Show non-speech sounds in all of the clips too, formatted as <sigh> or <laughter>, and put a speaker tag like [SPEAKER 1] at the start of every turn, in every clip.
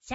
[SPEAKER 1] シ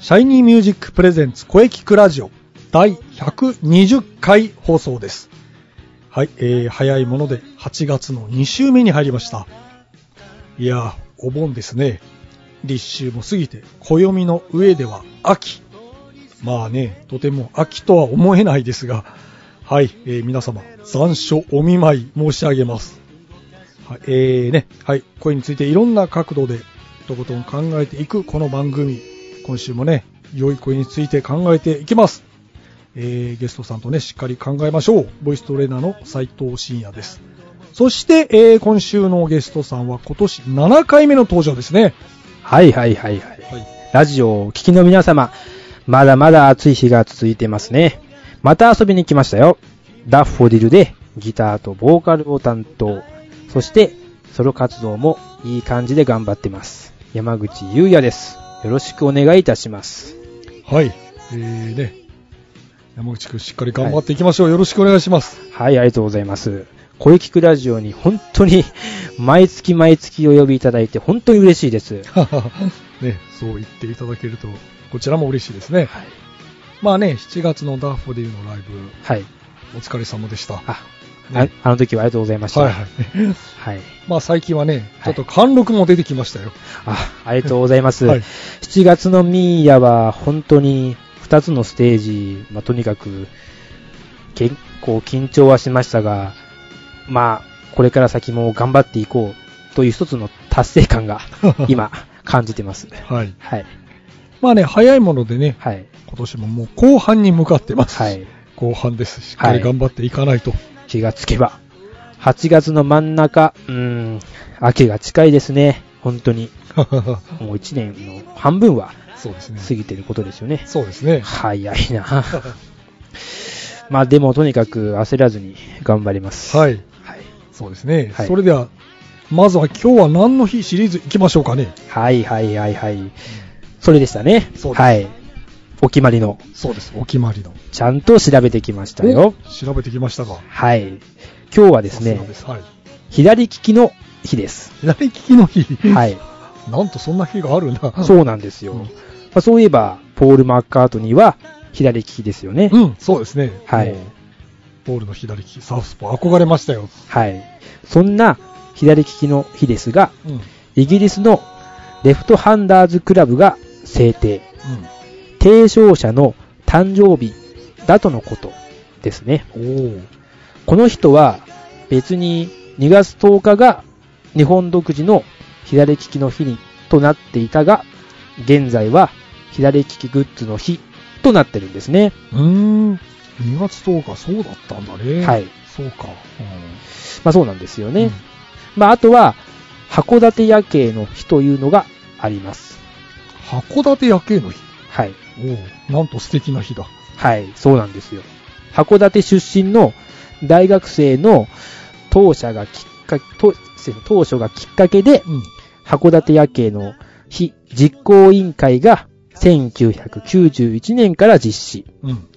[SPEAKER 2] シャイニーミュージックプレゼンツ声聞くラジオ第120回放送です。はい、えー、早いもので8月の2週目に入りました。いやー、お盆ですね。立秋も過ぎて、暦の上では秋。まあね、とても秋とは思えないですが、はい、えー皆様、残暑お見舞い申し上げます。はい、えーね、はい、声についていろんな角度で、とことん考えていくこの番組。今週もね、良い声について考えていきます。えーゲストさんとね、しっかり考えましょう。ボイストレーナーの斉藤慎也です。そして、えー今週のゲストさんは今年7回目の登場ですね。
[SPEAKER 3] はいはいはいはい。
[SPEAKER 2] はい。
[SPEAKER 3] ラジオをお聞きの皆様、まだまだ暑い日が続いてますね。また遊びに来ましたよ。ダッフォディルでギターとボーカルを担当。そして、ソロ活動もいい感じで頑張ってます。山口優也です。よろしくお願いいたします。
[SPEAKER 2] はい。えーね、山口くんしっかり頑張っていきましょう。よろしくお願いします。 <laughs>
[SPEAKER 3] はい、ありがとうございます。声聞くラジオに本当に <laughs> 毎月毎月お呼びいただいて本当に嬉しいです。
[SPEAKER 2] ね、そう言っていただけると、こちらも嬉しいですね。まあね、7月のダーフォディのライブ、
[SPEAKER 3] はい。
[SPEAKER 2] お疲れ様でした。は
[SPEAKER 3] あ、ああの時はありがとうございました。
[SPEAKER 2] いはい。
[SPEAKER 3] はい。
[SPEAKER 2] <laughs> まあ最近はね、ちょ
[SPEAKER 3] は
[SPEAKER 2] っ
[SPEAKER 3] い
[SPEAKER 2] と貫禄も出てきましたよ。
[SPEAKER 3] あ、ありがとうございます。
[SPEAKER 2] はい
[SPEAKER 3] 7月のミーヤは本当に2つのステージ、まあ、とにかく結構緊張はしましたが、まあ、これから先も頑張っていこうという一つの達
[SPEAKER 2] <laughs>
[SPEAKER 3] 成感が今感じてます。
[SPEAKER 2] はい。
[SPEAKER 3] はい。
[SPEAKER 2] まあね、早いものでね、
[SPEAKER 3] はい。
[SPEAKER 2] 今年ももう後半に向かってます。
[SPEAKER 3] はい。
[SPEAKER 2] 後半です。しっかり頑張っていかないと。 <laughs>
[SPEAKER 3] 気がつけば。8月の真ん中、うーん、秋が近いですね。本当に。もう1年の半分は
[SPEAKER 2] そうですね。
[SPEAKER 3] 過ぎてることですよね。
[SPEAKER 2] そうですね。
[SPEAKER 3] 早いな。 <laughs> まあでもとにかく焦らずに頑張ります。。
[SPEAKER 2] はいい。
[SPEAKER 3] はい。
[SPEAKER 2] そうですね。
[SPEAKER 3] はい
[SPEAKER 2] それでは、まずは今日は何の日シリーズ行きましょうかね。
[SPEAKER 3] はいはいはいはい。それでしたね。
[SPEAKER 2] そうです
[SPEAKER 3] はい。お決まりの、
[SPEAKER 2] そうです。お決まりの。
[SPEAKER 3] ちゃんと調べてきましたよ。
[SPEAKER 2] お調べてきましたか。
[SPEAKER 3] はい。今日はです
[SPEAKER 2] さが
[SPEAKER 3] ね
[SPEAKER 2] で、すはい。 <laughs>
[SPEAKER 3] 左利きの日です。
[SPEAKER 2] 左利きの日。
[SPEAKER 3] はい。
[SPEAKER 2] なんとそんな日があるんだ。
[SPEAKER 3] そうなんですよ。
[SPEAKER 2] うん
[SPEAKER 3] まあ、そういえば、ポール・マッカートニーは左利きですよね。
[SPEAKER 2] うん、 <laughs> そうですね。
[SPEAKER 3] はい
[SPEAKER 2] もう。ボールの左利き、サウスポー、憧れましたよ。
[SPEAKER 3] はい。そんな左利きの日ですが、
[SPEAKER 2] うん。うん。
[SPEAKER 3] イギリスのレフトハンダーズクラブが制定。提唱者の誕生日だとのことですね。
[SPEAKER 2] おー
[SPEAKER 3] この人は別に2月10日が日本独自の左利きの日にとなっていたが、現在は左利きグッズの日となってるんですね。
[SPEAKER 2] うーん。2月10日、そうだったんだね。
[SPEAKER 3] はい。
[SPEAKER 2] そうか。
[SPEAKER 3] まあそうなんですよ
[SPEAKER 2] うん
[SPEAKER 3] ね。まああとは函館夜景の日というのがあります。
[SPEAKER 2] 函館夜景の日。
[SPEAKER 3] はい。
[SPEAKER 2] おお、なんと素敵な日だ。
[SPEAKER 3] はい、そうなんですよ。函館出身の大学生の当社がきっかけ、当当初がきっかけで、
[SPEAKER 2] うん。
[SPEAKER 3] 函館夜景の非実行委員会が1991年から実施。
[SPEAKER 2] うん。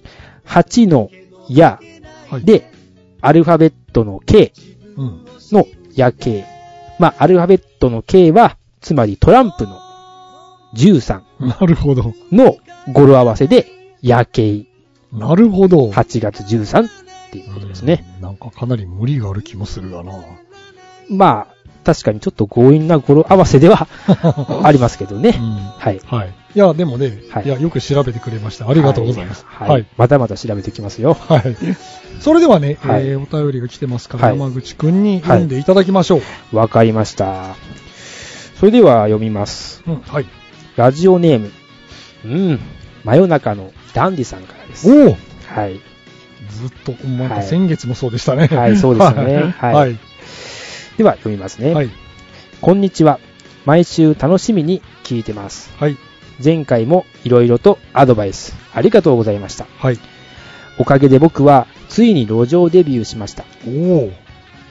[SPEAKER 3] 8の夜
[SPEAKER 2] はい。、
[SPEAKER 3] で、アルファベットの K
[SPEAKER 2] うん。
[SPEAKER 3] の夜景。まあ、アルファベットの K は、つまりトランプの13
[SPEAKER 2] なるほど。
[SPEAKER 3] の語呂合わせで、夜景
[SPEAKER 2] なるほど。
[SPEAKER 3] 8月13っていうことですね。
[SPEAKER 2] うん。なんかかなり無理がある気もするが
[SPEAKER 3] <laughs>
[SPEAKER 2] な。
[SPEAKER 3] まあ、確かにちょっと強引な語呂合わせで
[SPEAKER 2] <laughs>
[SPEAKER 3] はありますけど
[SPEAKER 2] う
[SPEAKER 3] ね。
[SPEAKER 2] ん。
[SPEAKER 3] はい。
[SPEAKER 2] はい。いや、でもね、
[SPEAKER 3] はい
[SPEAKER 2] いや、よく調べてくれました。ありがとうございます。
[SPEAKER 3] はい。はい。またまた調べてきますよ。
[SPEAKER 2] はい。それではね、
[SPEAKER 3] はい
[SPEAKER 2] えーお便りが来てますから、
[SPEAKER 3] はい
[SPEAKER 2] 山口くんに読んでいただきましょう。
[SPEAKER 3] わかりました。それでは読みます。
[SPEAKER 2] うん、はい。
[SPEAKER 3] ラジオネーム。うん。真夜中のダンディさんからです。
[SPEAKER 2] おお
[SPEAKER 3] はい。
[SPEAKER 2] ずっと、なんか
[SPEAKER 3] はい
[SPEAKER 2] 先月もそうでしたね。
[SPEAKER 3] はいそうですねはい
[SPEAKER 2] はい。
[SPEAKER 3] では読みますね。
[SPEAKER 2] はい。
[SPEAKER 3] こんにちは。毎週楽しみに聞いてます。
[SPEAKER 2] はい。
[SPEAKER 3] 前回も色々とアドバイスありがとうございました。
[SPEAKER 2] はい。
[SPEAKER 3] おかげで僕はついに路上デビューしました。
[SPEAKER 2] おお。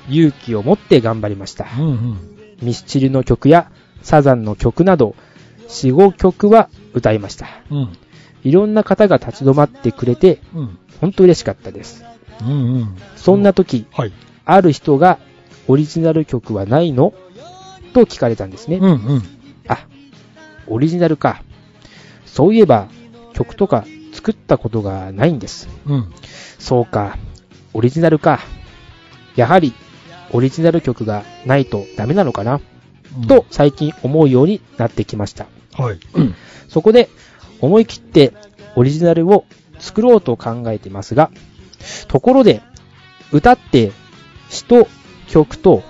[SPEAKER 3] 勇気を持って頑張りました。
[SPEAKER 2] うんうん。
[SPEAKER 3] ミスチルの曲やサザンの曲など4、5曲は歌いました。
[SPEAKER 2] うん。
[SPEAKER 3] いろんな方が立ち止まってくれて
[SPEAKER 2] うん。
[SPEAKER 3] 本当嬉しかったです。
[SPEAKER 2] うんうん。
[SPEAKER 3] そんな時、
[SPEAKER 2] はい。
[SPEAKER 3] ある人がオリジナル曲はないのと聞かれたんですね。
[SPEAKER 2] うんうん。
[SPEAKER 3] あ、オリジナルか。そういえば、曲とか作ったことがないんです。
[SPEAKER 2] うん。
[SPEAKER 3] そうか、オリジナルか。やはり、オリジナル曲がないとダメなのかな、
[SPEAKER 2] うん
[SPEAKER 3] と、最近思うようになってきました。
[SPEAKER 2] はい。
[SPEAKER 3] そこで、思い切ってオリジナルを作ろうと考えてますが、ところで、歌って詩と曲と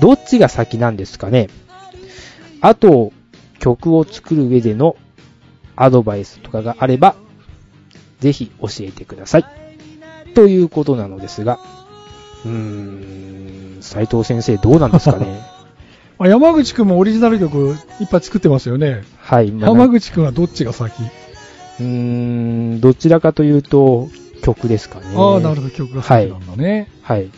[SPEAKER 3] どっちが先なんですかねあと、曲を作る上でのアドバイスとかがあれば、ぜひ教えてください。ということなのですが、うーん、斉藤先生どうなんですかね
[SPEAKER 2] あ山口くんもオリジナル曲いっぱい作ってますよね。
[SPEAKER 3] はい、まあ
[SPEAKER 2] 山口くんはどっちが先
[SPEAKER 3] うーん、どちらかというと、曲ですかね。
[SPEAKER 2] ああ、なるほど、曲が先なんだね。
[SPEAKER 3] はい。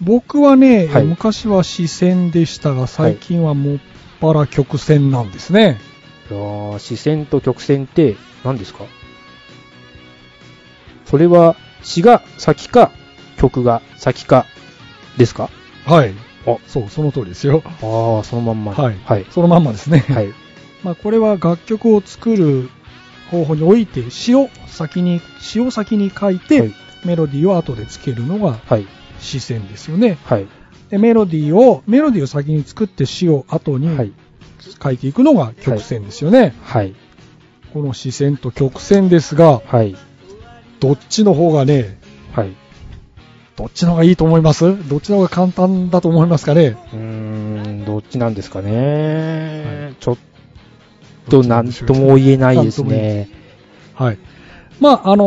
[SPEAKER 2] 僕はね、
[SPEAKER 3] はい
[SPEAKER 2] 昔は視線でしたが、最近はもっぱら曲線なんですね。
[SPEAKER 3] いやー視線と曲線って何ですかそれは詩が先か曲が先かですか
[SPEAKER 2] はい。
[SPEAKER 3] あ
[SPEAKER 2] そう、その通りですよ。
[SPEAKER 3] ああ、そのまんま。
[SPEAKER 2] はい。
[SPEAKER 3] はい。
[SPEAKER 2] そのまんまですね。
[SPEAKER 3] はい。
[SPEAKER 2] まあ、これは楽曲を作る方法において、詩を先に、詩を先に書いて、
[SPEAKER 3] はい
[SPEAKER 2] メロディーを後でつけるのが
[SPEAKER 3] はい。
[SPEAKER 2] 視線ですよね。
[SPEAKER 3] はい。
[SPEAKER 2] で、メロディーを、メロディーを先に作って詩を後
[SPEAKER 3] は
[SPEAKER 2] に
[SPEAKER 3] い。
[SPEAKER 2] 書いていくのが曲線ですよね。
[SPEAKER 3] はい。
[SPEAKER 2] この視線と曲線ですが、
[SPEAKER 3] はい。
[SPEAKER 2] どっちの方がね、
[SPEAKER 3] はい。
[SPEAKER 2] どっちの方がいいと思いますどっちの方が簡単だと思いますかね
[SPEAKER 3] うーん、どっちなんですかね。
[SPEAKER 2] は
[SPEAKER 3] ちょっとなんとも言えないですね。
[SPEAKER 2] はい。まあ、あの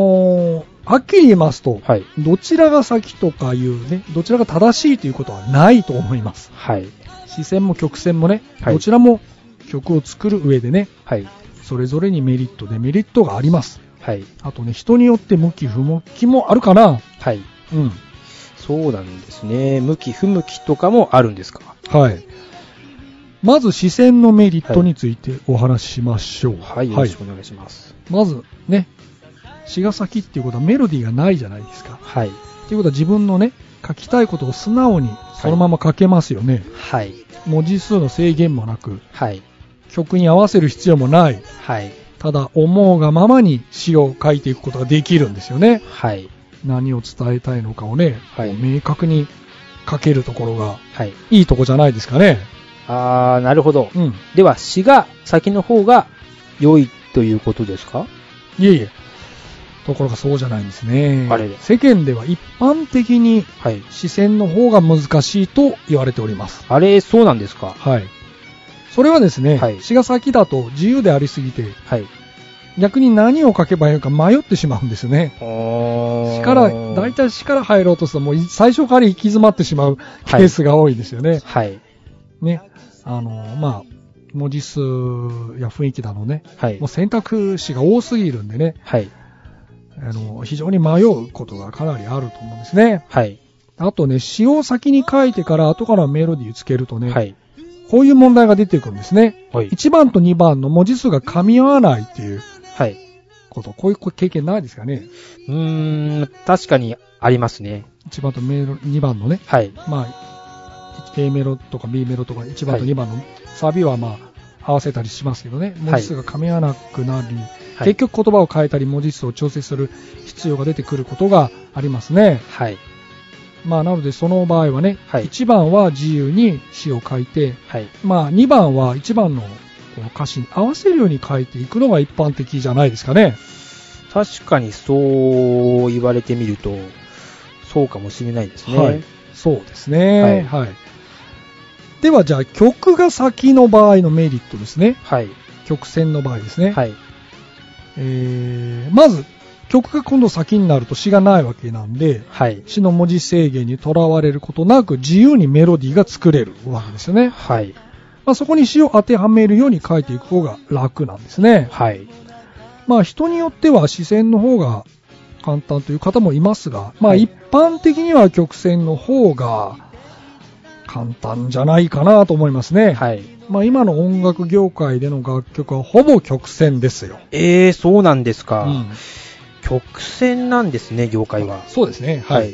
[SPEAKER 2] ーはっきり言いますと、
[SPEAKER 3] はい。
[SPEAKER 2] どちらが先とかいうね、どちらが正しいということはないと思います。
[SPEAKER 3] はい。
[SPEAKER 2] 視線も曲線もね、
[SPEAKER 3] はい
[SPEAKER 2] どちらも曲を作る上でね、
[SPEAKER 3] はい。
[SPEAKER 2] それぞれにメリット、デメリットがあります。
[SPEAKER 3] はい。
[SPEAKER 2] あとね、人によって向き不向きもあるかな。
[SPEAKER 3] はい。
[SPEAKER 2] うん。
[SPEAKER 3] そうなんですね。向き不向きとかもあるんですか
[SPEAKER 2] はい。まず視線のメリットについてお話ししましょう。
[SPEAKER 3] はい、よ
[SPEAKER 2] は
[SPEAKER 3] ろ
[SPEAKER 2] い
[SPEAKER 3] し。くお願いします。
[SPEAKER 2] まずね、詩が先っていうことはメロディーがないじゃないですか。
[SPEAKER 3] はい。
[SPEAKER 2] っていうことは自分のね、書きたいことを素直にそのまま書けますよね。
[SPEAKER 3] はい。
[SPEAKER 2] 文字数の制限もなく、
[SPEAKER 3] はい。
[SPEAKER 2] 曲に合わせる必要もない。
[SPEAKER 3] はい。
[SPEAKER 2] ただ思うがままに詩を書いていくことができるんですよね。
[SPEAKER 3] はい。
[SPEAKER 2] 何を伝えたいのかをね、
[SPEAKER 3] は
[SPEAKER 2] こ
[SPEAKER 3] い
[SPEAKER 2] う明確に書けるところが
[SPEAKER 3] はい。
[SPEAKER 2] いいとこじゃないですかね。
[SPEAKER 3] あー、なるほど。
[SPEAKER 2] うん。
[SPEAKER 3] では、詩が先の方が良いということですか
[SPEAKER 2] いえいえ。ところがそうじゃないんですね。
[SPEAKER 3] あれれ
[SPEAKER 2] 世間では一般的に
[SPEAKER 3] はい。
[SPEAKER 2] 視線の方が難しいと言われております。
[SPEAKER 3] あれ、そうなんですか
[SPEAKER 2] はい。それはですね、
[SPEAKER 3] はい
[SPEAKER 2] 詩が先だと自由でありすぎて、
[SPEAKER 3] はい。
[SPEAKER 2] 逆に何を書けばいいのか迷ってしまうんですね。
[SPEAKER 3] お
[SPEAKER 2] 詩から、大体詩から入ろうとすると、もう最初から行き詰まってしまうケ
[SPEAKER 3] はい
[SPEAKER 2] ースが多いですよね。
[SPEAKER 3] はい。
[SPEAKER 2] ね。あの、まあ、文字数や雰囲気だのね、
[SPEAKER 3] はい
[SPEAKER 2] もう。選択肢が多すぎるんでね、
[SPEAKER 3] はい。
[SPEAKER 2] あの、非常に迷うことがかなりあると思うんですね。
[SPEAKER 3] はい。
[SPEAKER 2] あとね、詩を先に書いてから後からメロディーつけるとね、
[SPEAKER 3] はい。
[SPEAKER 2] こういう問題が出てくるんですね。
[SPEAKER 3] はい。
[SPEAKER 2] 1番と2番の文字数が噛み合わないっていう
[SPEAKER 3] はい。
[SPEAKER 2] こと、こういう経験ないですかね。
[SPEAKER 3] うーん、確かにありますね。
[SPEAKER 2] 1番とメロ2番のね、
[SPEAKER 3] はい。
[SPEAKER 2] まあ、A メロとか B メロとか1番と
[SPEAKER 3] はい
[SPEAKER 2] 2番のサビはまあ、合わせたりしますけどね、文字数が噛み合わなくなり、
[SPEAKER 3] はい
[SPEAKER 2] 結局言葉を変えたり文字数を調整する必要が出てくることがありますね。
[SPEAKER 3] はい。
[SPEAKER 2] まあ、なのでその場合はね、
[SPEAKER 3] はい
[SPEAKER 2] 1番は自由に詩を書いて、
[SPEAKER 3] はい。
[SPEAKER 2] まあ、2番は1番のこの歌詞に合わせるように書いていくのが一般的じゃないですかね。
[SPEAKER 3] 確かにそう言われてみると、そうかもしれないですね。
[SPEAKER 2] はい。そうですね。
[SPEAKER 3] はい
[SPEAKER 2] はい。では、じゃあ曲が先の場合のメリットですね。
[SPEAKER 3] はい。
[SPEAKER 2] 曲線の場合ですね。
[SPEAKER 3] はい。
[SPEAKER 2] えー、まず、曲が今度先になると詩がないわけなんで、
[SPEAKER 3] はい。
[SPEAKER 2] 詩の文字制限にとらわれることなく自由にメロディーが作れるわけですよね。
[SPEAKER 3] はい。
[SPEAKER 2] まあ、そこに詩を当てはめるように書いていく方が楽なんですね。
[SPEAKER 3] はい。
[SPEAKER 2] まあ人によっては視線の方が簡単という方もいますが、まあ
[SPEAKER 3] はい
[SPEAKER 2] 一般的には曲線の方が簡単じゃないかなと思いますね。
[SPEAKER 3] はい。
[SPEAKER 2] まあ今の音楽業界での楽曲はほぼ曲線ですよ。
[SPEAKER 3] えー、そうなんですか。
[SPEAKER 2] うん
[SPEAKER 3] 曲線なんですね、業界は。
[SPEAKER 2] そうですね。はい。。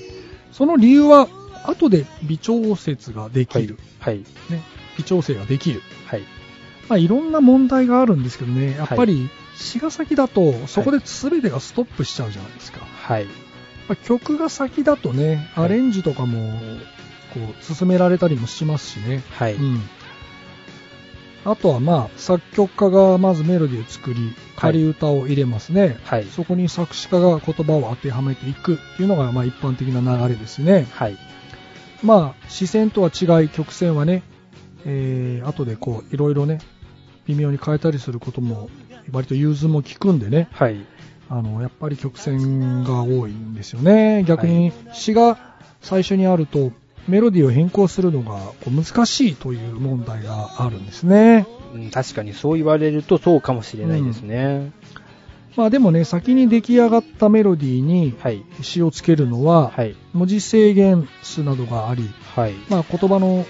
[SPEAKER 2] その理由は、後で微調節がで
[SPEAKER 3] は
[SPEAKER 2] き
[SPEAKER 3] い
[SPEAKER 2] る。。
[SPEAKER 3] はい。
[SPEAKER 2] ね、微調整ができる。
[SPEAKER 3] はい。
[SPEAKER 2] まあ、いろんな問題があるんですけどね、やっぱり詩が先だと、そこで全てがストップしちゃうじゃないですか。
[SPEAKER 3] はい。
[SPEAKER 2] まあ曲が先だとね、
[SPEAKER 3] はい
[SPEAKER 2] アレンジとかも、こう、進められたりもしますしね。
[SPEAKER 3] はい。
[SPEAKER 2] うん。あとはまあ、作曲家がまずメロディーを作り、仮歌を入れますね。
[SPEAKER 3] はい。
[SPEAKER 2] そこに作詞家が言葉を当てはめていくっていうのがまあ一般的な流れですね。
[SPEAKER 3] はい。
[SPEAKER 2] まあ、視線とは違い、曲線はね、えー、後でこう、いろいろね、微妙に変えたりすることも、割と融通も効くんでね、
[SPEAKER 3] はい。
[SPEAKER 2] あの、やっぱり曲線が多いんですよね。逆に、詞が最初にあると、メロディーを変更するのがこう難しいという問題があるんですね。
[SPEAKER 3] うん確かにそう言われるとそうかもしれないですね。
[SPEAKER 2] まあでもね、先に出来上がったメロディーに
[SPEAKER 3] はい。
[SPEAKER 2] 詞をつけるのは、
[SPEAKER 3] はい。
[SPEAKER 2] 文字制限数などがあり、
[SPEAKER 3] はい。
[SPEAKER 2] まあ、言葉の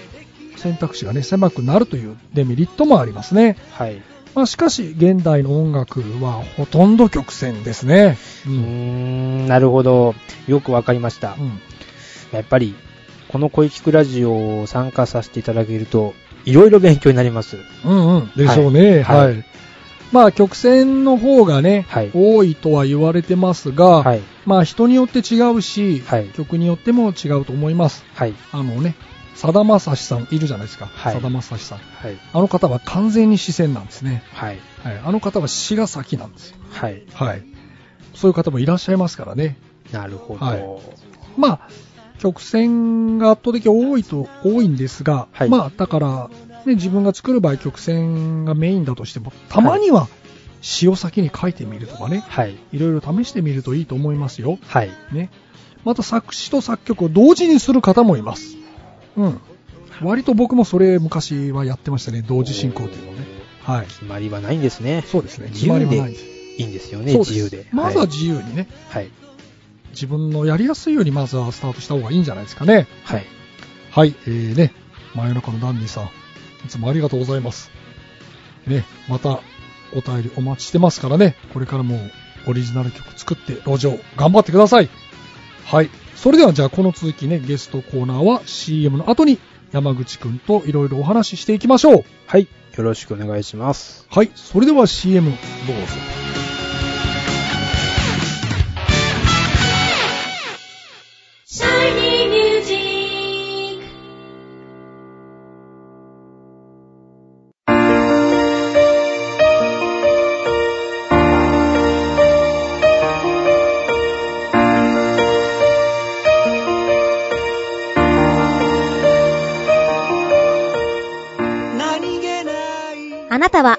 [SPEAKER 2] 選択肢がね狭くなるというデメリットもありますね、
[SPEAKER 3] はい。
[SPEAKER 2] まあ、しかし現代の音楽はほとんど曲線ですね、う
[SPEAKER 3] うー
[SPEAKER 2] ん
[SPEAKER 3] ん、なるほど。よくわかりました。
[SPEAKER 2] うん
[SPEAKER 3] やっぱり、この声聞くラジオを参加させていただけると、いろいろ勉強になります。
[SPEAKER 2] うんうんでしょうねは、
[SPEAKER 3] はいい
[SPEAKER 2] まあ曲線の方がね、
[SPEAKER 3] はい
[SPEAKER 2] 多いとは言われてますが、
[SPEAKER 3] はい。
[SPEAKER 2] まあ人によって違うし、
[SPEAKER 3] はい
[SPEAKER 2] 曲によっても違うと思います
[SPEAKER 3] はい。
[SPEAKER 2] あのねさだまさしさんいるじゃないですか、
[SPEAKER 3] はい
[SPEAKER 2] さだまさしさん
[SPEAKER 3] はい。
[SPEAKER 2] あの方は完全に視線なんですね、
[SPEAKER 3] はい。
[SPEAKER 2] はい、あの方は詩が先なんですよ
[SPEAKER 3] はい。
[SPEAKER 2] はい。そういう方もいらっしゃいますからね。
[SPEAKER 3] なるほど。
[SPEAKER 2] はいまあ、曲線が圧倒的に多いと、多いんですが、
[SPEAKER 3] はい
[SPEAKER 2] まあ、だから、ね、自分が作る場合曲線がメインだとしても、たまには詩を先に書いてみるとかね、
[SPEAKER 3] はい。
[SPEAKER 2] いろいろ試してみるといいと思いますよ。
[SPEAKER 3] はい。
[SPEAKER 2] ね。また作詞と作曲を同時にする方もいます。うん。割と僕もそれ昔はやってましたね、同時進行というのね。はい。
[SPEAKER 3] 決まりはないんですね。
[SPEAKER 2] そうですね。
[SPEAKER 3] 自
[SPEAKER 2] 決まり
[SPEAKER 3] 由
[SPEAKER 2] は
[SPEAKER 3] で
[SPEAKER 2] ないです。
[SPEAKER 3] いいんですよね、
[SPEAKER 2] そうす
[SPEAKER 3] 自由で。、
[SPEAKER 2] まずはい自由にね。
[SPEAKER 3] はい。
[SPEAKER 2] 自分のやりやすいようにまずはスタートした方がいいんじゃないですかね。
[SPEAKER 3] はい。
[SPEAKER 2] はい、えーね、真夜中のダンディさん、いつもありがとうございます。ね、またお便りお待ちしてますからね、これからもオリジナル曲作って路上頑張ってください。はい、それではじゃあこの続きね、ゲストコーナーは CM の後に山口くんといろいろお話ししていきましょう。
[SPEAKER 3] はい。よろしくお願いします。
[SPEAKER 2] はい、それでは CM どうぞ。
[SPEAKER 1] Shiny Music! あなたは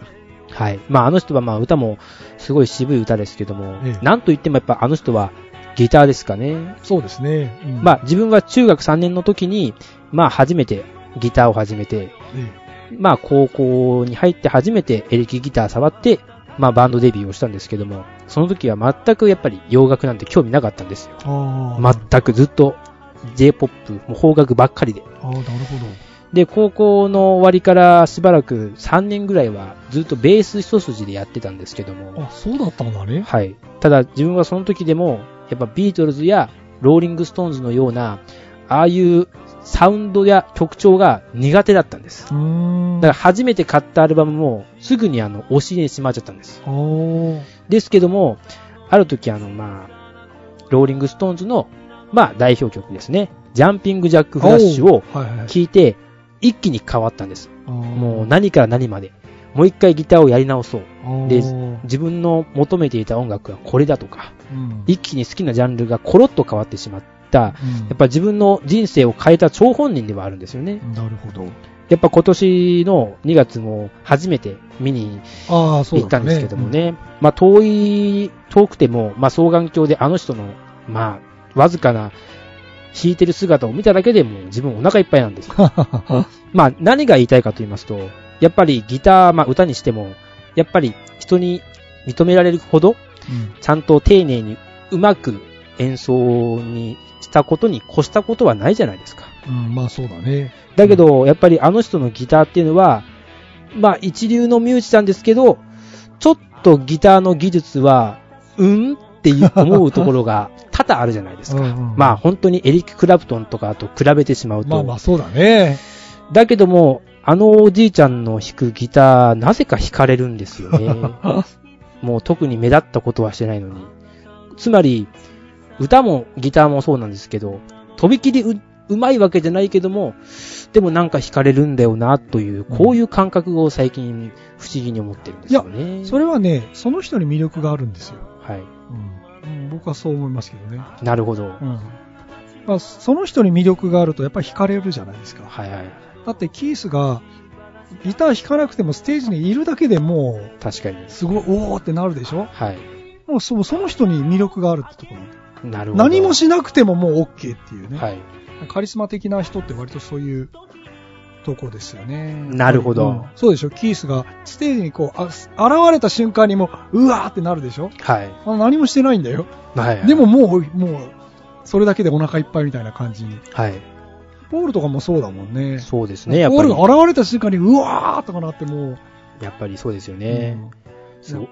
[SPEAKER 3] はい。まあ、あの人はまあ、歌もすごい渋い歌ですけども、
[SPEAKER 2] ええ
[SPEAKER 3] なんといってもやっぱあの人はギターですかね。
[SPEAKER 2] そうですね。うん
[SPEAKER 3] まあ、自分が中学3年の時に、まあ、初めてギターを始めて、
[SPEAKER 2] え
[SPEAKER 3] まあ、高校に入って初めてエレキギター触って、まあ、バンドデビューをしたんですけども、その時は全くやっぱり洋楽なんて興味なかったんですよ。
[SPEAKER 2] えああ。
[SPEAKER 3] 全くずっと J-POP、もう邦楽ばっかりで。
[SPEAKER 2] ああ、なるほど。
[SPEAKER 3] で、高校の終わりからしばらく3年ぐらいはずっとベース一筋でやってたんですけども、
[SPEAKER 2] あ、そうだったんだね。
[SPEAKER 3] はい。ただ自分はその時でも、やっぱビートルズやローリングストーンズのような、ああいうサウンドや曲調が苦手だったんです。
[SPEAKER 2] うーん。
[SPEAKER 3] だから初めて買ったアルバムもすぐにあの、押し入れにしまっちゃったんです。
[SPEAKER 2] あー
[SPEAKER 3] ですけども、ある時あの、まあ、ローリングストーンズの、まあ代表曲ですね、ジャンピングジャックフラッシュを
[SPEAKER 2] はいはいはい
[SPEAKER 3] 聴いて、一気に変わったんです。
[SPEAKER 2] あー
[SPEAKER 3] もう何から何まで。もう一回ギターをやり直そう。
[SPEAKER 2] あー
[SPEAKER 3] で
[SPEAKER 2] うん
[SPEAKER 3] 自分の求めていた音楽はこれだとか、一気に好きなジャンルがコロッと変わってしまった、
[SPEAKER 2] うん
[SPEAKER 3] やっぱ自分の人生を変えた張本人ではあるんですよね。
[SPEAKER 2] なるほど。
[SPEAKER 3] やっぱ今年の2月も初めて見に
[SPEAKER 2] ああ、そうだ
[SPEAKER 3] 行ったんですけども。ね、まあ遠い、遠くても、まあ双眼鏡であの人の、まあ、わずかな弾いてる姿を見ただけでもう自分お腹いっぱいなんです <laughs> よ。まあ何が言いたいかと言いますと、やっぱりギター、まあ歌にしても、やっぱり人に認められるほど、
[SPEAKER 2] <laughs> うん
[SPEAKER 3] ちゃんと丁寧にうまく演奏にしたことに越したことはないじゃないですか。
[SPEAKER 2] うん、まあそうだね。
[SPEAKER 3] だけど、やっぱりあの人のギターっていうのは、まあ一流のミュージシャンですけど、ちょっとギターの技術は、うんっていう思うところ
[SPEAKER 2] <laughs>
[SPEAKER 3] が多々あるじゃないですか。
[SPEAKER 2] うんうんうん
[SPEAKER 3] まあ本当にエリック・クラプトンとかと比べてしまうと。
[SPEAKER 2] まあまあそうだね。
[SPEAKER 3] だけども、あのおじいちゃんの弾くギター、なぜか弾かれるんですよね。
[SPEAKER 2] <laughs>
[SPEAKER 3] もう特に目立ったことはしてないのに。つまり、歌もギターもそうなんですけど、とびきりう、うまいわけじゃないけども、でもなんか弾かれるんだよな、という、こういう感覚を最近不思議に思ってるんですよね。
[SPEAKER 2] それはね、その人に魅力があるんですよ。
[SPEAKER 3] はい。
[SPEAKER 2] うん、僕はそう思いますけどね。
[SPEAKER 3] なるほど。
[SPEAKER 2] うんまあ、その人に魅力があるとやっぱり惹かれるじゃないですか。
[SPEAKER 3] はいはい。
[SPEAKER 2] だってキースがギター弾かなくてもステージにいるだけでも
[SPEAKER 3] 確かに。
[SPEAKER 2] うすごい、おーってなるでしょ
[SPEAKER 3] はい。
[SPEAKER 2] もうそその人に魅力があるってところなんだよ
[SPEAKER 3] なるほど。
[SPEAKER 2] 何もしなくてももう OK っていうね、
[SPEAKER 3] はい。
[SPEAKER 2] カリスマ的な人って割とそういうとこですよね。
[SPEAKER 3] なるほど
[SPEAKER 2] うんそうでしょキースがステージにこう、あ現れた瞬間にもう、うわーってなるでしょ
[SPEAKER 3] はい。
[SPEAKER 2] あ何もしてないんだよ。
[SPEAKER 3] はい。
[SPEAKER 2] でも、もう、もう、それだけでお腹いっぱいみたいな感じに。
[SPEAKER 3] はい。
[SPEAKER 2] ポールとかもそうだもんね。
[SPEAKER 3] そうですね、やっ
[SPEAKER 2] ポー
[SPEAKER 3] ぱ
[SPEAKER 2] ル
[SPEAKER 3] り。
[SPEAKER 2] が現れた瞬間に、うわーとかなってもう、
[SPEAKER 3] やっぱりそうですよね。
[SPEAKER 2] うん
[SPEAKER 3] そう。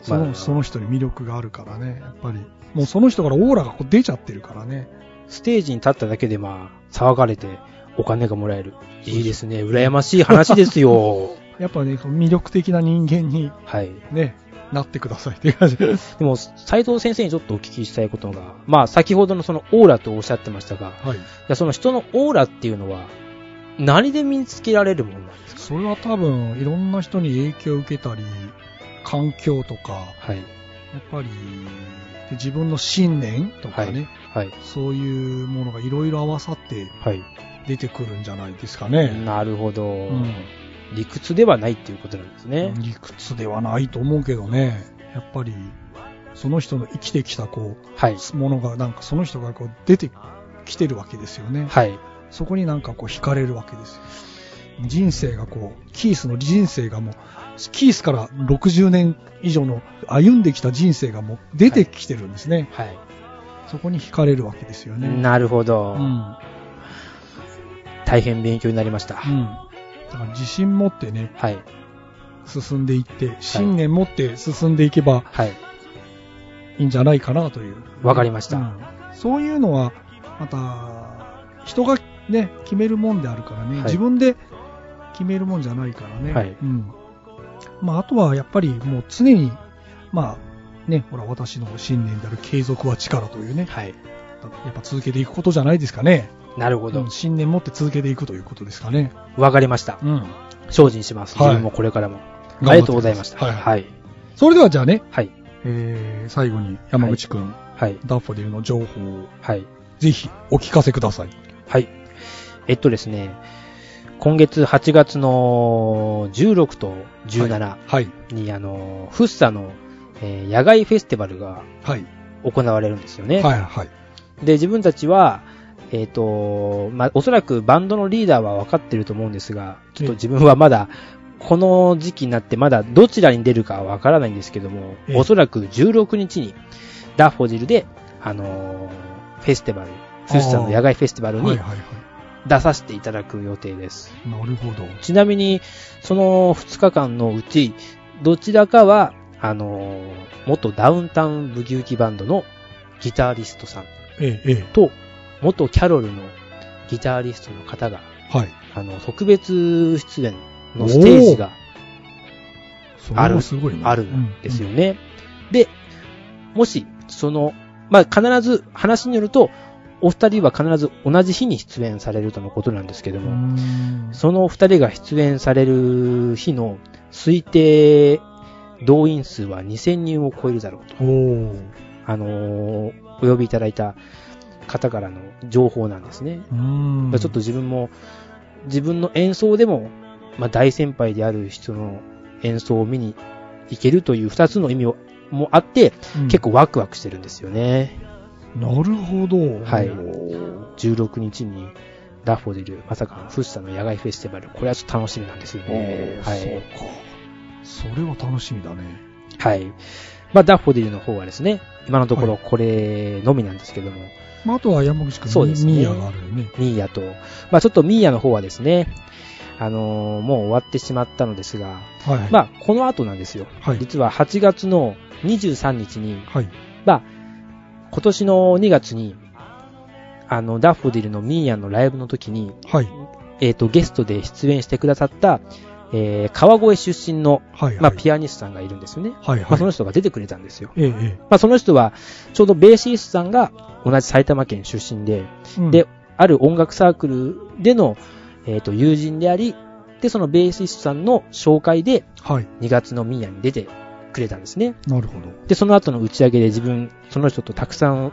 [SPEAKER 2] その
[SPEAKER 3] まあ
[SPEAKER 2] その人に魅力があるからね、やっぱり。もうその人からオーラがこう出ちゃってるからね。
[SPEAKER 3] ステージに立っただけでまあ、騒がれてお金がもらえる。いいですね。羨ましい話で
[SPEAKER 2] <laughs>
[SPEAKER 3] すよ。
[SPEAKER 2] やっぱね、こう魅力的な人間に
[SPEAKER 3] はい。
[SPEAKER 2] ね、なってくださいっていう
[SPEAKER 3] <laughs>
[SPEAKER 2] 感じです。
[SPEAKER 3] でも、斉藤先生にちょっとお聞きしたいことが、まあ、先ほどのそのオーラとおっしゃってましたが、
[SPEAKER 2] はい。
[SPEAKER 3] いやその人のオーラっていうのは、何で身につけられるものなんですか
[SPEAKER 2] それは多分、いろんな人に影響を受けたり、環境とか、
[SPEAKER 3] はい。
[SPEAKER 2] やっぱり、で自分の信念とかね、
[SPEAKER 3] はい。
[SPEAKER 2] そういうものがいろいろ合わさって
[SPEAKER 3] はい。
[SPEAKER 2] 出てくるんじゃないですかね。
[SPEAKER 3] なるほど、
[SPEAKER 2] うん。
[SPEAKER 3] 理屈ではないっていうことなんですね。
[SPEAKER 2] 理屈ではないと思うけどね。やっぱり、その人の生きてきたこ
[SPEAKER 3] はい。
[SPEAKER 2] う、ものが、なんかその人がこう出てきてるわけですよね。
[SPEAKER 3] はい。
[SPEAKER 2] そこになんかこう惹かれるわけですよ。人生がこう、キースの人生がもう、キースから60年以上の歩んできた人生がもう出てきてるんですね。
[SPEAKER 3] はい。
[SPEAKER 2] そこに惹かれるわけですよね。
[SPEAKER 3] なるほど、
[SPEAKER 2] うん。
[SPEAKER 3] 大変勉強になりました。
[SPEAKER 2] うん。だから自信持ってね、
[SPEAKER 3] はい。
[SPEAKER 2] 進んでいって、信念持って進んでいけば
[SPEAKER 3] はい。
[SPEAKER 2] いいんじゃないかなという。
[SPEAKER 3] わかりました。
[SPEAKER 2] うんそういうのは、また、人がね、決めるもんであるからね、
[SPEAKER 3] はい
[SPEAKER 2] 自分で決めるもんじゃないからね。
[SPEAKER 3] はい
[SPEAKER 2] うん。まあ、あとはやっぱりもう常に、まあ、ね、ほら、私の信念である継続は力というね、
[SPEAKER 3] はい。
[SPEAKER 2] やっぱ続けていくことじゃないですかね。
[SPEAKER 3] なるほど
[SPEAKER 2] うん。信念持って続けていくということですかね。
[SPEAKER 3] わかりました。
[SPEAKER 2] うん。
[SPEAKER 3] 精進します。
[SPEAKER 2] はい
[SPEAKER 3] 自分もこれからも。
[SPEAKER 2] 頑張ってください
[SPEAKER 3] ありがとうございました。
[SPEAKER 2] はい
[SPEAKER 3] はい。
[SPEAKER 2] それではじゃあね、
[SPEAKER 3] はい。
[SPEAKER 2] えー、最後に山口くん、
[SPEAKER 3] はい。
[SPEAKER 2] ダッフォデルの情報を
[SPEAKER 3] はい。
[SPEAKER 2] ぜひお聞かせください。
[SPEAKER 3] はい。えっとですね、今月8月の16と17
[SPEAKER 2] はい。
[SPEAKER 3] に、あの、フッサの、えー野外フェスティバルが
[SPEAKER 2] はい。
[SPEAKER 3] 行われるんですよね。
[SPEAKER 2] はい。はい。
[SPEAKER 3] で、自分たちは、えっ、と、まあ、おそらくバンドのリーダーは分かってると思うんですが、ちょっと自分はまだ、この時期になってまだどちらに出るかは分からないんですけども、
[SPEAKER 2] ええ
[SPEAKER 3] おそらく16日に、ダッフォジルで、あのーフェスティバル、スースさんの野外フェスティバル
[SPEAKER 2] はい。
[SPEAKER 3] に
[SPEAKER 2] はい。はい。
[SPEAKER 3] 出させていただく予定です。
[SPEAKER 2] なるほど。
[SPEAKER 3] ちなみに、その2日間のうち、どちらかは、あのー元ダウンタウンブギウギバンドのギタリストさん
[SPEAKER 2] ええ、え
[SPEAKER 3] と、元キャロルのギタリストの方が、
[SPEAKER 2] え。はい。
[SPEAKER 3] あの、特別出演のステージが
[SPEAKER 2] そ
[SPEAKER 3] あ
[SPEAKER 2] れ
[SPEAKER 3] る
[SPEAKER 2] はすごいね
[SPEAKER 3] あるんですよ
[SPEAKER 2] うん
[SPEAKER 3] ね。で、もし、その、まあ、必ず、話によると、お二人は必ず同じ日に出演されるとのことなんですけど
[SPEAKER 2] う
[SPEAKER 3] も、
[SPEAKER 2] ん
[SPEAKER 3] その二人が出演される日の推定動員数は2000人を超えるだろうと、
[SPEAKER 2] おー
[SPEAKER 3] あのーお呼びいただいた方からの情報なんですね。
[SPEAKER 2] うん
[SPEAKER 3] ちょっと自分も、自分の演奏でも、まあ、大先輩である人の演奏を見に行けるという二つの意味をもあって、
[SPEAKER 2] うん
[SPEAKER 3] 結構ワクワクしてるんですよね。
[SPEAKER 2] なるほど。
[SPEAKER 3] はい
[SPEAKER 2] おー
[SPEAKER 3] 16日に、ダッフォデル、まさかのフッサの野外フェスティバル。これはちょっと楽しみなんですよね。は
[SPEAKER 2] そう
[SPEAKER 3] い。
[SPEAKER 2] か。それは楽しみだね。
[SPEAKER 3] はい。まあ、ダッフォデルの方はですね、今のところこれのみなんですけども、
[SPEAKER 2] まあ、あとは山口くん、
[SPEAKER 3] そうですね
[SPEAKER 2] ミーヤがあるよね。
[SPEAKER 3] ミーヤと、まあ、ちょっとミーヤの方はですね、あのーもう終わってしまったのですが、
[SPEAKER 2] はい、はい。
[SPEAKER 3] まあ、この後なんですよ。
[SPEAKER 2] はい。
[SPEAKER 3] 実は8月の23日に、
[SPEAKER 2] はい。
[SPEAKER 3] まあ、今年の2月に、あの、ダッフォディルのミーヤンのライブの時に、
[SPEAKER 2] はい。
[SPEAKER 3] えっ、と、ゲストで出演してくださった、えー、川越出身の、
[SPEAKER 2] はい。
[SPEAKER 3] まあ、
[SPEAKER 2] ア。
[SPEAKER 3] ピアニストさんがいるんですよね。
[SPEAKER 2] はい。
[SPEAKER 3] まあ、そ
[SPEAKER 2] は
[SPEAKER 3] の
[SPEAKER 2] い。
[SPEAKER 3] 人が出てくれたんですよ。
[SPEAKER 2] ええ、え
[SPEAKER 3] まあ、その人は、ちょうどベーシストさんが同じ埼玉県出身で、
[SPEAKER 2] え。うん
[SPEAKER 3] で、、ある音楽サークルでの、えっ、と、友人であり、で、そのベーシストさんの紹介で、
[SPEAKER 2] はい。
[SPEAKER 3] 2月のミーヤンに出てくれたんですね。
[SPEAKER 2] なるほど。
[SPEAKER 3] で、その後の打ち上げで自分、その人とたくさん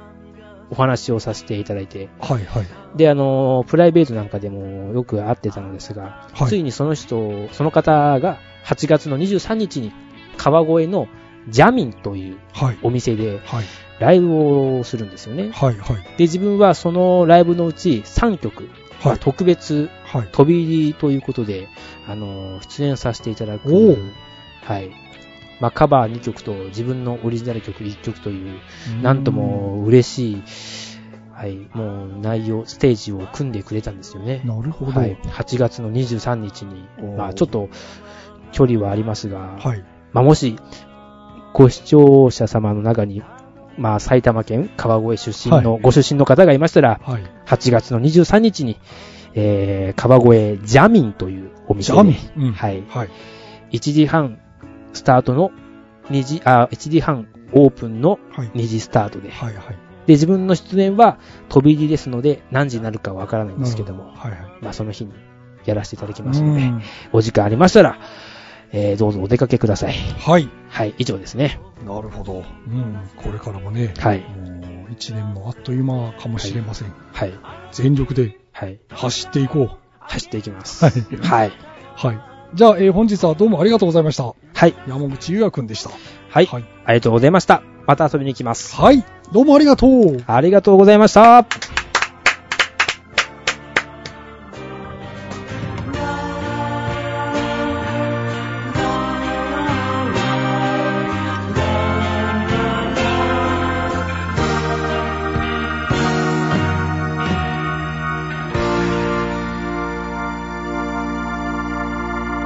[SPEAKER 3] お話をさせていただいて、
[SPEAKER 2] はい、はい。
[SPEAKER 3] で、あの、プライベートなんかでもよく会ってたのですが、
[SPEAKER 2] はい
[SPEAKER 3] ついにその人、その方が8月の23日に川越のジャミンという
[SPEAKER 2] はい。
[SPEAKER 3] お店で
[SPEAKER 2] はい。
[SPEAKER 3] ライブをするんですよね。
[SPEAKER 2] はい、はい。
[SPEAKER 3] で、自分はそのライブのうち3曲、
[SPEAKER 2] は
[SPEAKER 3] まあ
[SPEAKER 2] い。
[SPEAKER 3] 特別
[SPEAKER 2] はい。
[SPEAKER 3] 飛び入りということで、あの、出演させていただ
[SPEAKER 2] おう
[SPEAKER 3] く、はい。まあ、カバー2曲と自分のオリジナル曲1曲という、なんとも嬉しい、はい、もう内容、ステージを組んでくれたんですよね
[SPEAKER 2] う。ん。なるほど。
[SPEAKER 3] は、
[SPEAKER 2] はいい。
[SPEAKER 3] 8月の23日に
[SPEAKER 2] おー、
[SPEAKER 3] まあ、ちょっと距離はありますが、
[SPEAKER 2] はい。
[SPEAKER 3] まあ、もし、ご視聴者様の中に、まあ、埼玉県川越出身の、
[SPEAKER 2] はい
[SPEAKER 3] ご出身の方がいましたら、
[SPEAKER 2] はい。
[SPEAKER 3] 8月の23日に、えー、川越ジャミンというお
[SPEAKER 2] ジ
[SPEAKER 3] 店で、
[SPEAKER 2] ャミン。うん。
[SPEAKER 3] はい、
[SPEAKER 2] はい。
[SPEAKER 3] 1時半スタートの2時、あ、1時半オープンの
[SPEAKER 2] はい。
[SPEAKER 3] 2時スタートで、
[SPEAKER 2] はい、はい。
[SPEAKER 3] で、自分の出演は飛び入りですので、何時になるかわからないんですけども、
[SPEAKER 2] はい、はい。
[SPEAKER 3] まあその日にやらせていただきますの
[SPEAKER 2] う
[SPEAKER 3] で、
[SPEAKER 2] ん
[SPEAKER 3] お時間ありましたら、えー、どうぞお出かけください。
[SPEAKER 2] はい。
[SPEAKER 3] はい、以上ですね。
[SPEAKER 2] なるほど。うん。これからもね、
[SPEAKER 3] はい、
[SPEAKER 2] もう一年もあっという間かもしれません。
[SPEAKER 3] はい、
[SPEAKER 2] 全力で
[SPEAKER 3] はい、
[SPEAKER 2] 走っていこう。
[SPEAKER 3] 走っていきます。
[SPEAKER 2] はい
[SPEAKER 3] はい、
[SPEAKER 2] はい。じゃあ、えー本日はどうもありがとうございました。
[SPEAKER 3] はい、
[SPEAKER 2] 山口優也くんでした。
[SPEAKER 3] はい
[SPEAKER 2] はい。
[SPEAKER 3] ありがとうございました。また遊びに行きます。
[SPEAKER 2] はい。どうもありがとう。
[SPEAKER 3] ありがとうございました。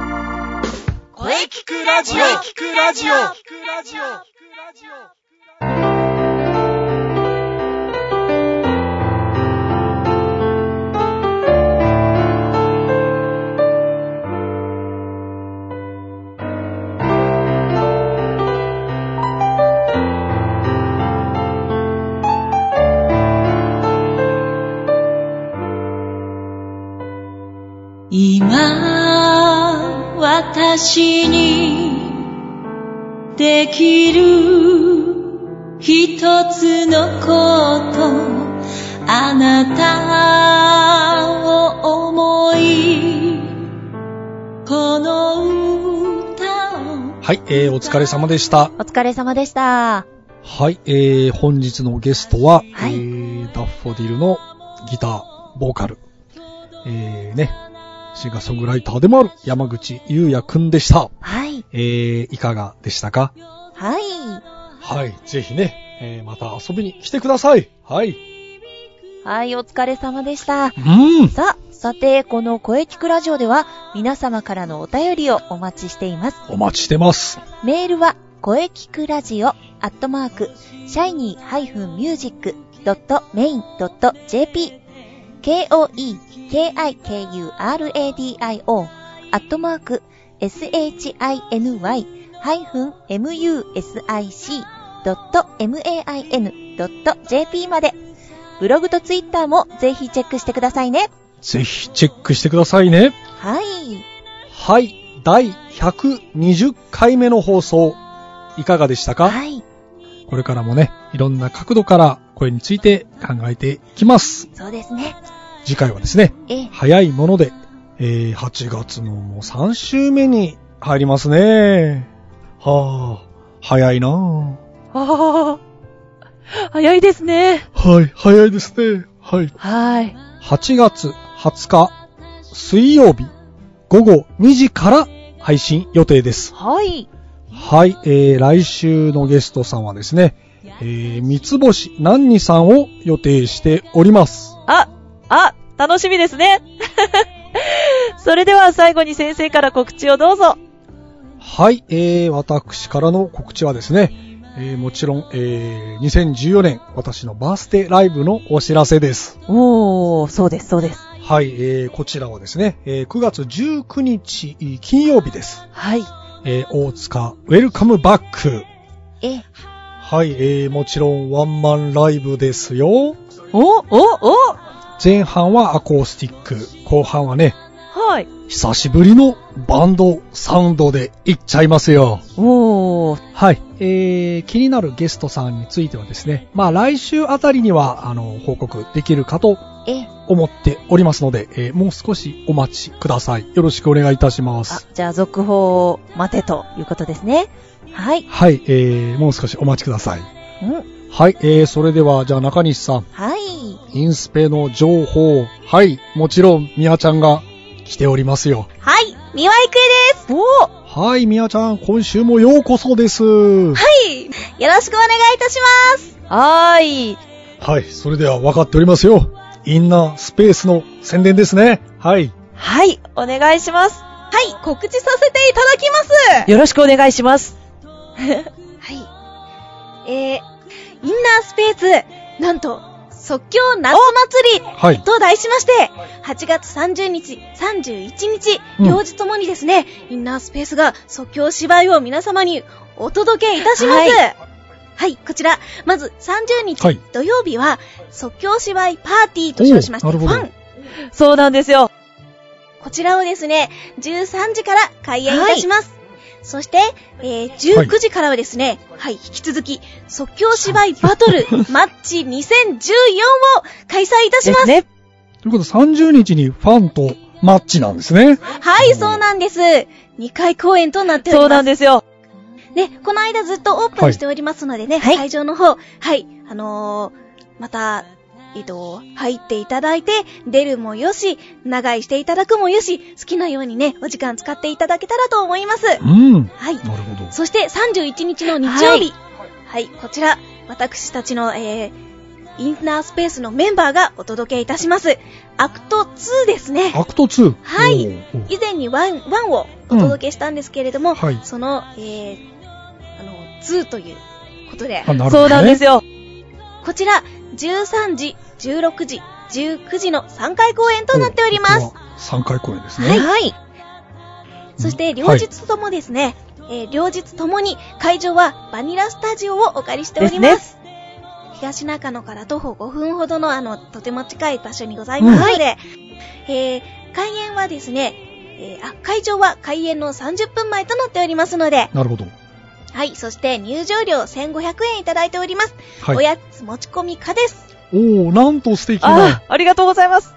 [SPEAKER 1] 声聞くラジオ聞くラジオ
[SPEAKER 4] 今私にできる一つのことあなたを思いこの歌を
[SPEAKER 2] はい、えーお疲れ様でした。
[SPEAKER 1] お疲れ様でした。
[SPEAKER 2] はい、えー本日のゲストは、
[SPEAKER 1] はい
[SPEAKER 2] えーダッフォディルのギター、ボーカル、えーね、シンガーソングライターでもある山口優也くんでした。
[SPEAKER 1] はい。
[SPEAKER 2] えーいかがでしたか
[SPEAKER 1] はい。
[SPEAKER 2] はい、ぜひね、えーまた遊びに来てください。はい。
[SPEAKER 1] はい、お疲れ様でした。
[SPEAKER 2] うん。
[SPEAKER 1] さあ、さて、この声聞くラジオでは、皆様からのお便りをお待ちしています。
[SPEAKER 2] お待ちしてます。
[SPEAKER 1] メールは、声聞くラジオ、アットマーク、shiny-music.main.jp、k-o-e-k-i-k-u-r-a-d-i-o、アットマーク、shiny-music.main.jp まで、ブログとツイッターもぜひチェックしてくださいね。
[SPEAKER 2] ぜひチェックしてくださいね。
[SPEAKER 1] はい。
[SPEAKER 2] はい、第120回目の放送、いかがでしたか、
[SPEAKER 1] はい。
[SPEAKER 2] これからもね、いろんな角度から声について考えていきます。
[SPEAKER 1] そうですね。
[SPEAKER 2] 次回はですね、
[SPEAKER 1] ええ、
[SPEAKER 2] 早いもので、えー8月のもう3週目に入りますね。はあ、早いなあ
[SPEAKER 5] ああ、早いですね。
[SPEAKER 2] はい、早いですね。はい。
[SPEAKER 5] はい。
[SPEAKER 2] 8月20日水曜日午後2時から配信予定です。
[SPEAKER 5] はい。
[SPEAKER 2] はい、えー、来週のゲストさんはですね、えー、三つ星何にさんを予定しております。
[SPEAKER 5] あ、あ、楽しみですね。それでは最後に先生から告知をどうぞ。
[SPEAKER 2] はい、えー、私からの告知はですね、えー、もちろん、えー、2014年私のバースデーライブのお知らせです。
[SPEAKER 5] おー、そうです、そうです。
[SPEAKER 2] はい、えー、こちらはですね、えー、9月19日えー金曜日です。
[SPEAKER 5] はい。
[SPEAKER 2] えー、大塚ウェルカムバック。
[SPEAKER 1] え、
[SPEAKER 2] はい、えー、もちろんワンマンライブですよ。
[SPEAKER 5] お、お、お
[SPEAKER 2] 前半はアコースティック、後半はね、
[SPEAKER 5] はい。
[SPEAKER 2] 久しぶりのバンドサウンドでいっちゃいますよ。
[SPEAKER 5] おー、
[SPEAKER 2] はい、えー、気になるゲストさんについてはですね、まあ来週あたりには、あの、報告できるかと
[SPEAKER 1] え、
[SPEAKER 2] 思っておりますので、えーもう少しお待ちください。よろしくお願いいたしま
[SPEAKER 5] あ
[SPEAKER 2] す。、
[SPEAKER 5] じゃあ続報を待てということですね。はい。
[SPEAKER 2] はい、えー、もう少しお待ちください。
[SPEAKER 5] うん。
[SPEAKER 2] はい、えー、それでは、じゃあ中西さん、
[SPEAKER 5] はい。
[SPEAKER 2] インスペの情報、はい、もちろん、みやちゃんが来ておりますよ。
[SPEAKER 4] はい、三輪郁恵です。
[SPEAKER 5] おー、
[SPEAKER 2] はい、みやちゃん、今週もようこそです。
[SPEAKER 4] よろしくお願いいたします。
[SPEAKER 5] はーい。
[SPEAKER 2] はい、それでは分かっておりますよ。インナースペースの宣伝ですね。はい。
[SPEAKER 5] はい、お願いします。
[SPEAKER 4] はい、告知させていただきます。
[SPEAKER 5] よろしくお願いします。
[SPEAKER 4] はい。えー、インナースペース、なんと、即興夏祭り
[SPEAKER 2] はい。
[SPEAKER 4] と題しまして、8月30日、31日、
[SPEAKER 2] うん
[SPEAKER 4] 両日ともにですね、インナースペースが即興芝居を皆様にお届けいたします。は
[SPEAKER 5] はいい、
[SPEAKER 4] こちら、まず30日、
[SPEAKER 2] はい
[SPEAKER 4] 土曜日は、即興芝居パーティーと称しまし
[SPEAKER 2] お
[SPEAKER 4] て、
[SPEAKER 2] ーな
[SPEAKER 4] フ
[SPEAKER 2] るほど
[SPEAKER 4] ァン、
[SPEAKER 5] そうなんですよ。
[SPEAKER 4] こちらをですね、13時から開演いたします。そして、えー19時からはですね、はい、引き続き、即興芝居
[SPEAKER 5] <laughs>
[SPEAKER 4] バトルマッチ2014を開催いたし
[SPEAKER 5] で
[SPEAKER 4] ますす。
[SPEAKER 5] ね。
[SPEAKER 2] ということで、30日にファンとマッチなんですね。
[SPEAKER 4] はい、そうなんです。2回公演となっております。
[SPEAKER 5] そうなんですよ。
[SPEAKER 4] ね、この間ずっとオープンしておりますのでね、
[SPEAKER 5] はい
[SPEAKER 4] 会場の方、はい、あのー、また、えっと、入っていただいて、出るもよし、長居していただくもよし、好きなようにね、お時間使っていただけたらと思います。
[SPEAKER 2] うん。なる
[SPEAKER 4] はい。
[SPEAKER 2] ほど。
[SPEAKER 4] そして31日の日曜日。はい、こちら、私たちの、えー、インナースペースのメンバーがお届けいたします。アクト2ですね。
[SPEAKER 2] アクト2。
[SPEAKER 4] はい
[SPEAKER 2] おー。おー
[SPEAKER 4] 以前に1、1をお届けしたんですけれども、
[SPEAKER 2] うんはい
[SPEAKER 4] その、えー、あの、2ということで、
[SPEAKER 2] あなるほどね
[SPEAKER 5] そうなんですよ。
[SPEAKER 4] こちら、13時、16時、19時の3回公演となっております。
[SPEAKER 2] ここは3回公演ですね。
[SPEAKER 4] はい。そして、両日ともですね、えー両日ともに会場はバニラスタジオをお借りしております。東中野から徒歩5分ほどの、あの、とても近い場所にございますので、えー開演はですね、えーあ、会場は開演の30分前となっておりますので、
[SPEAKER 2] なるほど。
[SPEAKER 4] はい、そして入場料1500円いただいております。お
[SPEAKER 2] はい。
[SPEAKER 4] やつ持ち込み可です。
[SPEAKER 2] おー、なんと素敵
[SPEAKER 5] あ
[SPEAKER 2] な。
[SPEAKER 5] あ、ありがとうございます。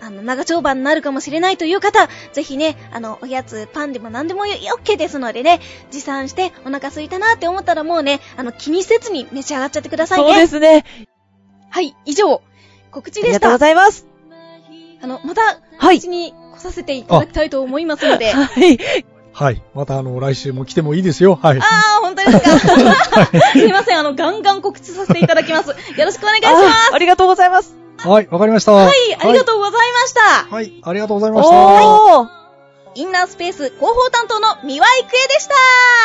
[SPEAKER 4] あの、長丁場になるかもしれないという方、ぜひね、あの、おやつ、パンでも何でもよ、OK ですのでね、持参してお腹空いたなって思ったらもうね、あの、気にせずに召し上がっちゃってくださいね。
[SPEAKER 5] そうですね。
[SPEAKER 4] はい、以上、告知
[SPEAKER 5] あり
[SPEAKER 4] で
[SPEAKER 5] が
[SPEAKER 4] し
[SPEAKER 5] とう
[SPEAKER 4] た。
[SPEAKER 5] ご
[SPEAKER 4] あ
[SPEAKER 5] ざいます。
[SPEAKER 4] の、また、
[SPEAKER 5] は
[SPEAKER 4] う
[SPEAKER 5] い。
[SPEAKER 4] ちに来させていただきたいと思いますので。あ
[SPEAKER 5] はい。
[SPEAKER 2] はい。また、あの、来週も来てもいいですよ。はい。
[SPEAKER 4] <laughs> あー、本当ですか。すいません、あの、ガンガン告知させていただきます。よろしくお願いします。は
[SPEAKER 5] あありがとうございます。
[SPEAKER 2] はい、わかりました。
[SPEAKER 4] い、ありがとうございました。
[SPEAKER 2] はい、ありがとうござい
[SPEAKER 5] お
[SPEAKER 2] ました。
[SPEAKER 5] ー。
[SPEAKER 4] インナースペース広報担当の三輪郁恵でし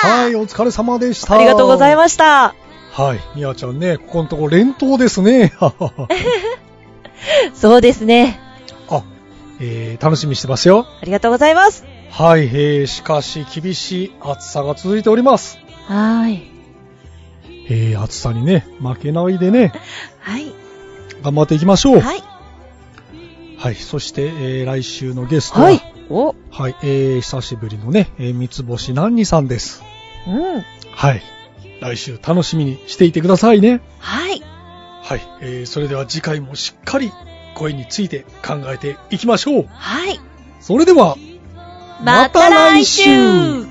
[SPEAKER 4] た。
[SPEAKER 2] はい、お疲れ様でした。
[SPEAKER 5] ありがとうござい
[SPEAKER 2] す。
[SPEAKER 5] ました。
[SPEAKER 2] はい、みやちゃんね、ここのとこ連投ですね。 <laughs>
[SPEAKER 5] そうですね。
[SPEAKER 2] あ、えー、楽しみにしてますよ。
[SPEAKER 5] ありがとうございます。
[SPEAKER 2] はい、えー、しかし厳しい暑さが続いております。
[SPEAKER 5] はーい。
[SPEAKER 2] えー、暑さにね、負けないでね、
[SPEAKER 5] はい。
[SPEAKER 2] 頑張っていきましょう。はい、
[SPEAKER 5] はい。
[SPEAKER 2] そして、えー、来週のゲストは、は
[SPEAKER 5] はいい、。お、
[SPEAKER 2] えー、久しぶりのね、えー、三つ星なんにさんです。
[SPEAKER 5] うん。
[SPEAKER 2] はい、来週楽しみにしていてくださいね。
[SPEAKER 5] はい。
[SPEAKER 2] はい、えー、それでは次回もしっかり声について考えていきましょう。
[SPEAKER 5] はい。
[SPEAKER 2] それでは、
[SPEAKER 5] また来週